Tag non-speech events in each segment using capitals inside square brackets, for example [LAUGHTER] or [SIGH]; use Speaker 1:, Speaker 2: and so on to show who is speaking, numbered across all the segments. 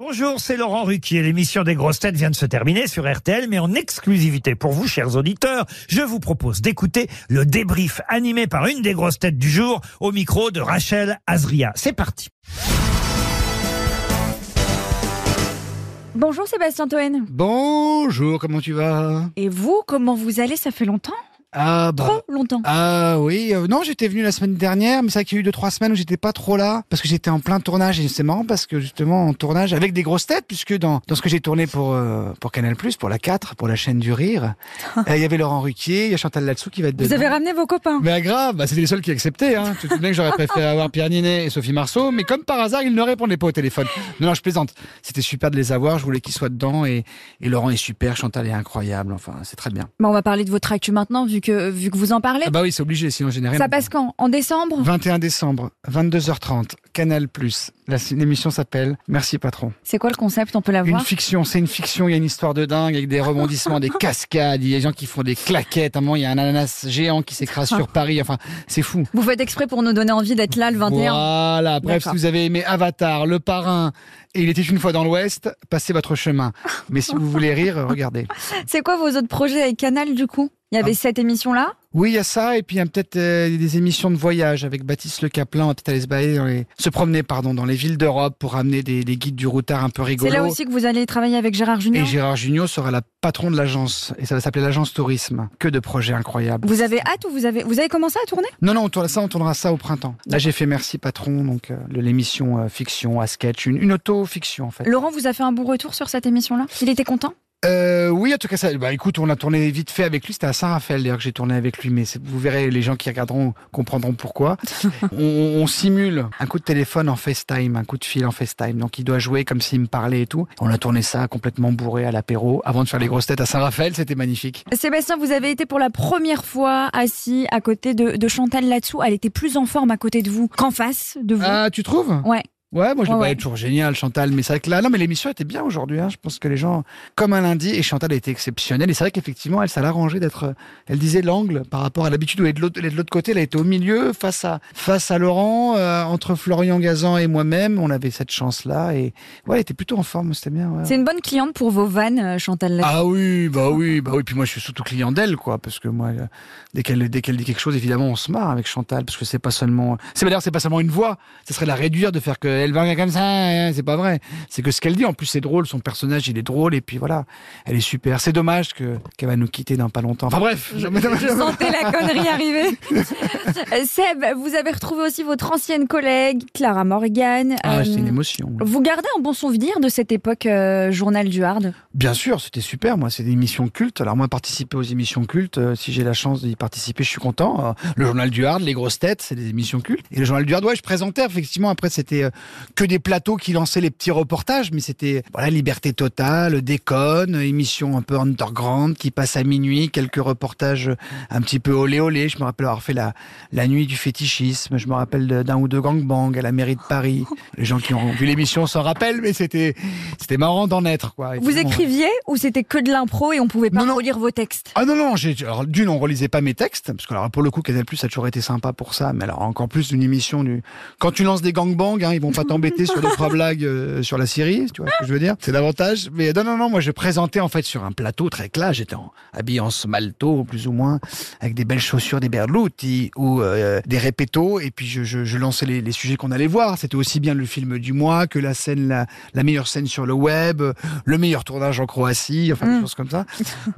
Speaker 1: Bonjour, c'est Laurent Ruquier. L'émission des grosses têtes vient de se terminer sur RTL, mais en exclusivité pour vous, chers auditeurs, je vous propose d'écouter le débrief animé par une des grosses têtes du jour au micro de Rachel Azria. C'est parti.
Speaker 2: Bonjour Sébastien Toen.
Speaker 3: Bonjour, comment tu vas
Speaker 2: Et vous, comment vous allez Ça fait longtemps
Speaker 3: Ah
Speaker 2: Trop longtemps.
Speaker 3: Ah oui, euh, non, j'étais venu la semaine dernière, mais c'est vrai qu'il y a eu deux trois semaines où j'étais pas trop là parce que j'étais en plein tournage et c'est marrant parce que justement en tournage avec des grosses têtes puisque dans dans ce que j'ai tourné pour euh, pour Canal+, pour la 4, pour la chaîne du rire, euh, il y avait Laurent Ruquier, il y a Chantal Latsou qui va être
Speaker 2: Ah. Vous
Speaker 3: dedans.
Speaker 2: avez ramené vos copains.
Speaker 3: [LAUGHS] Mais ah, grave, bah, c'était les seuls qui acceptaient. Hein. Tu te souviens que
Speaker 2: [LAUGHS]
Speaker 3: j'aurais préféré avoir Pierre Ninet et Sophie Marceau, mais comme par hasard, ils ne répondaient pas au téléphone. Non, non, je plaisante. C'était super de les avoir, je voulais qu'ils soient dedans et, et Laurent est super, Chantal est incroyable, enfin, c'est très bien.
Speaker 2: Bon, Bah, on va parler de votre actu maintenant, vu que, vu que vous en parlez.
Speaker 3: Ah bah oui, c'est obligé, sinon j'ai rien. à
Speaker 2: Ça passe quand En décembre
Speaker 3: 21 décembre, 22h30, Canal+. La- L'émission s'appelle Merci patron.
Speaker 2: C'est quoi le concept On peut
Speaker 3: Une
Speaker 2: l'avoir
Speaker 3: fiction, c'est une fiction, il y a une histoire de dingue avec des rebondissements,
Speaker 2: [LAUGHS]
Speaker 3: des cascades, il y a des gens qui font des claquettes, à un moment il y a un ananas géant
Speaker 2: [LAUGHS]
Speaker 3: qui s'écrase sur Paris, enfin c'est fou.
Speaker 2: Vous faites exprès pour nous donner envie d'être là le 21.
Speaker 3: Voilà, bref, si
Speaker 2: D'accord.
Speaker 3: vous avez aimé Avatar, Le Parrain et Il était une fois dans l'Ouest, passez
Speaker 2: [LAUGHS]
Speaker 3: votre chemin. Mais si vous voulez rire, regardez.
Speaker 2: C'est quoi vos autres projets avec Canal du coup Il
Speaker 3: Ah.
Speaker 2: y avait cette émission-là
Speaker 3: Oui, il y a ça, et puis il y a peut-être euh, des émissions de voyage avec Baptiste Le Caplin. On va peut-être aller se balader dans les... se promener pardon, dans les villes d'Europe pour amener des, des guides du routard un peu
Speaker 2: C'est là
Speaker 3: rigolos.
Speaker 2: aussi que vous allez travailler avec Gérard
Speaker 3: Et
Speaker 2: Junior
Speaker 3: Gérard Junior sera la patron de l'agence, et ça va s'appeler l'agence tourisme. Que de projets incroyables.
Speaker 2: Vous avez hâte ou vous avez, vous avez commencé à tourner
Speaker 3: Non, non, on tournera ça, on tournera ça au printemps. Là, j'ai fait Merci Patron, donc euh, de l'émission euh, fiction à sketch, une, une auto-fiction en fait.
Speaker 2: Laurent vous a fait un bon retour sur cette émission-là Il était content
Speaker 3: Euh, oui, en tout cas, ça, bah, écoute, on a tourné vite fait avec lui. C'était à Saint-Raphaël, d'ailleurs, que j'ai tourné avec lui. Mais c'est- vous verrez, les gens qui regarderont comprendront pourquoi. on, on simule un coup de téléphone en FaceTime, un coup de fil en FaceTime. Donc, il doit jouer comme s'il me parlait et tout. On a tourné ça complètement bourré à l'apéro avant de faire les grosses têtes à Saint-Raphaël. C'était magnifique.
Speaker 2: Sébastien, vous avez été pour la première fois assis à côté de, de Chantal Latsou. Elle était plus en forme à côté de vous qu'en face de vous.
Speaker 3: Ah, tu trouves
Speaker 2: Ouais.
Speaker 3: Ouais, moi je
Speaker 2: Ouais,
Speaker 3: le
Speaker 2: ouais.
Speaker 3: être toujours génial, Chantal, mais c'est vrai que là, non, mais l'émission était bien aujourd'hui. hein. Je pense que les gens, comme un lundi, et Chantal a été exceptionnelle. Et c'est vrai qu'effectivement, elle, ça l'arrangeait d'être. euh, Elle disait l'angle par rapport à l'habitude où elle est de l'autre elle est de l'autre côté. Elle a été au milieu, face à, face à Laurent, euh, entre Florian Gazan et moi-même. On avait cette chance-là. Et ouais, elle était plutôt en forme, c'était bien. ouais.
Speaker 2: C'est une bonne cliente pour vos vannes, euh, Chantal Latsou.
Speaker 3: Ah oui, bah oui, bah oui. Puis moi, je suis surtout client d'elle, quoi, parce que moi, euh, dès qu'elle dès qu'elle dit quelque chose, évidemment, on se marre avec Chantal, parce que c'est pas seulement, c'est d'ailleurs, c'est pas seulement une voix. Ça serait la réduire de faire qu'elle va comme ça. hein, c'est pas vrai. C'est que ce qu'elle dit, en plus, c'est drôle. Son personnage, il est drôle, et puis voilà, elle est super. C'est dommage que qu'elle va nous quitter dans pas longtemps. Enfin bref. je-
Speaker 2: Je sentais la connerie arriver. Euh, Seb, vous avez retrouvé aussi votre ancienne collègue, Clara Morgan.
Speaker 3: [LAUGHS] Ah,
Speaker 2: Euh,
Speaker 3: c'est une émotion.
Speaker 2: vous gardez un bon souvenir de cette époque euh, journal du Hard
Speaker 3: Bien sûr, c'était super. Moi, c'est des émissions cultes. Alors moi, participer aux émissions cultes, euh, si j'ai la chance d'y participer, je suis content. Euh, le journal du Hard, les grosses têtes, c'est des émissions cultes. Et le journal du Hard, ouais, je présentais effectivement. Après, c'était euh, que des plateaux qui lançaient les petits reportages, mais c'était voilà, liberté totale, déconne, euh, émission un peu underground qui passe à minuit, quelques reportages euh, un petit peu olé olé. Je me rappelle avoir fait la la nuit du fétichisme. Je me rappelle de- d'un ou deux gangbangs à la mairie de Paris. Les gens qui ont vu l'émission s'en rappellent, mais c'était c'était marrant d'en être quoi. Et
Speaker 2: Vous
Speaker 3: puis, bon,
Speaker 2: écriviez ou c'était que de l'impro et on pouvait pas
Speaker 3: Non, non.
Speaker 2: relire vos textes
Speaker 3: ah non, non, j'ai, alors, d'une, on relisait pas mes textes, parce que alors, pour le coup, Canal Plus, ça a toujours été sympa pour ça, mais alors encore plus d'une émission du. Quand tu lances des gangbangs, hein, ils vont pas t'embêter sur les trois blagues euh, sur la Syrie, tu vois ce que je veux dire C'est l'avantage. Mais non, non, non, moi je présentais en fait sur un plateau très clair, j'étais en, habillé en smalto, plus ou moins, avec des belles chaussures, des berlouti ou euh, des répétos, et puis je, je, je lançais les, les sujets qu'on allait voir. C'était aussi bien le film du mois que la scène, la, la meilleure scène sur le web, euh, le meilleur tournage en Croatie, enfin des
Speaker 2: Mm.
Speaker 3: choses comme ça.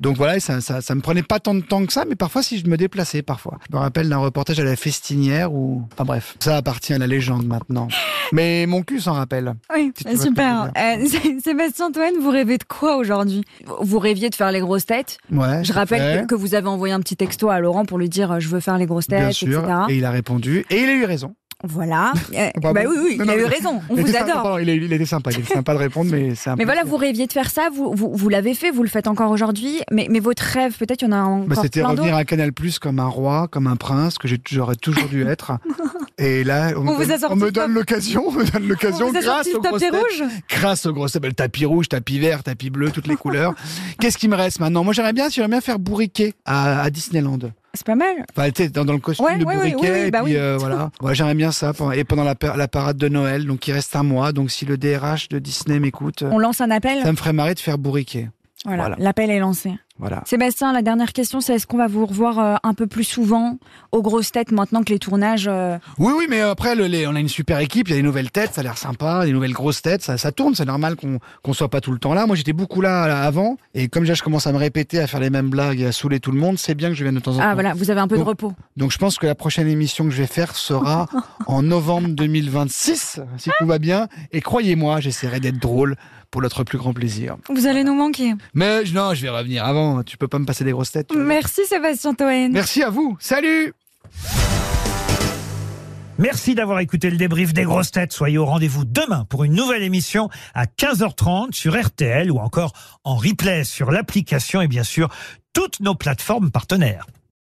Speaker 3: Donc voilà, et ça, ça, ça me prenait pas tant de temps que ça, mais parfois si je me déplaçais, parfois. Je me rappelle d'un reportage à la Festinière ou, enfin bref, ça appartient à la légende maintenant. Mais mon cul s'en rappelle.
Speaker 2: Oui,
Speaker 3: Si tu vois
Speaker 2: super. Euh, [LAUGHS] Sé- Sébastien Antoine, vous rêvez de quoi aujourd'hui Vous rêviez de faire les grosses têtes
Speaker 3: Ouais.
Speaker 2: Je rappelle que- que vous avez envoyé un petit texto à Laurent pour lui dire euh, je veux faire les grosses têtes,
Speaker 3: Bien sûr.
Speaker 2: etc.
Speaker 3: Et il a répondu. Et il a eu raison. [LAUGHS]
Speaker 2: Voilà. Euh,
Speaker 3: Bravo.
Speaker 2: bah oui, oui,
Speaker 3: Non,
Speaker 2: il a
Speaker 3: non,
Speaker 2: eu
Speaker 3: mais-
Speaker 2: raison. On
Speaker 3: il
Speaker 2: vous
Speaker 3: était sympa,
Speaker 2: adore.
Speaker 3: pardon, il, a- il était sympa. Il était sympa de répondre, mais c'est un
Speaker 2: Mais
Speaker 3: peu-
Speaker 2: voilà, vous rêviez de faire ça, vous, vous, vous l'avez fait, vous le faites encore aujourd'hui, mais, mais votre rêve, peut-être, il y en a encore
Speaker 3: Bah, c'était
Speaker 2: plein
Speaker 3: revenir
Speaker 2: d'autres.
Speaker 3: à Canal Plus comme un roi, comme un prince, que j'ai- j'aurais toujours dû
Speaker 2: [LAUGHS]
Speaker 3: être. Et là, on,
Speaker 2: On vous
Speaker 3: me,
Speaker 2: a
Speaker 3: donne-
Speaker 2: sorti
Speaker 3: on me
Speaker 2: le
Speaker 3: donne
Speaker 2: top.
Speaker 3: l'occasion, on me donne l'occasion
Speaker 2: Vous avez
Speaker 3: grâce
Speaker 2: sorti
Speaker 3: aux
Speaker 2: le
Speaker 3: grosses
Speaker 2: tapis
Speaker 3: têtes.
Speaker 2: rouge
Speaker 3: grâce aux grosses belles tapis rouge, tapis
Speaker 2: [LAUGHS]
Speaker 3: vert, tapis bleu, toutes les couleurs. Qu'est-ce qui me reste maintenant Moi, j'aimerais bien, j'aimerais bien faire bourriquer à, à Disneyland.
Speaker 2: C'est pas mal.
Speaker 3: Enfin, elle était dans, dans le costume
Speaker 2: Ouais,
Speaker 3: de
Speaker 2: ouais, ouais,
Speaker 3: bourriquet.
Speaker 2: oui, oui,
Speaker 3: et
Speaker 2: bah
Speaker 3: puis,
Speaker 2: oui.
Speaker 3: euh,
Speaker 2: [LAUGHS]
Speaker 3: voilà. Ouais, J'aimerais bien ça. pendant- Et pendant la, pa- la parade de Noël, donc il reste un mois. Donc si le DRH de Disney m'écoute, euh,
Speaker 2: On lance un appel.
Speaker 3: ça me ferait marrer de faire bourriquet.
Speaker 2: Voilà,
Speaker 3: voilà.
Speaker 2: l'appel est lancé.
Speaker 3: Voilà.
Speaker 2: Sébastien, la dernière question, c'est est-ce qu'on va vous revoir euh, un peu plus souvent aux grosses têtes maintenant que les tournages euh,
Speaker 3: Oui, oui, mais après, le- les- on a une super équipe, il y a des nouvelles têtes, ça a l'air sympa, des nouvelles grosses têtes, ça, ça tourne, c'est normal qu'on qu'on soit pas tout le temps là. Moi, j'étais beaucoup là, là, avant, et comme déjà je commence à me répéter, à faire les mêmes blagues et à saouler tout le monde, c'est bien que je vienne de temps en temps.
Speaker 2: Ah voilà, vous avez un peu de
Speaker 3: Bon.
Speaker 2: repos.
Speaker 3: Donc, je pense que la prochaine émission que je vais faire sera en novembre 2026, si tout va bien. Et croyez-moi, j'essaierai d'être drôle pour notre plus grand plaisir.
Speaker 2: Vous allez nous manquer.
Speaker 3: Mais je- non, je vais revenir avant, tu peux pas me passer des grosses têtes. tu vois.
Speaker 2: Merci Sébastien Toen.
Speaker 3: Merci à vous, salut
Speaker 1: Merci d'avoir écouté le débrief des grosses têtes. Soyez au rendez-vous demain pour une nouvelle émission à 15h30 sur RTL ou encore en replay sur l'application et bien sûr toutes nos plateformes partenaires.